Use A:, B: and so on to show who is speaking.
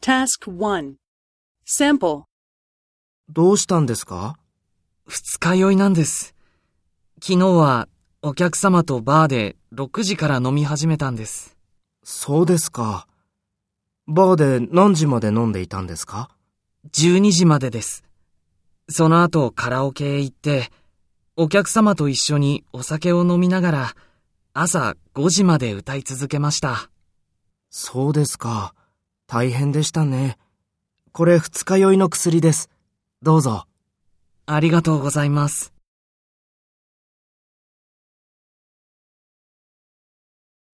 A: Task 1 Sample
B: どうしたんですか
C: 二日酔いなんです。昨日はお客様とバーで6時から飲み始めたんです。
B: そうですか。バーで何時まで飲んでいたんですか
C: 12時までです。その後カラオケへ行って、お客様と一緒にお酒を飲みながら朝5時まで歌い続けました。
B: そうですか。大変でしたね。これ二日酔いの薬です。どうぞ。
C: ありがとうございます。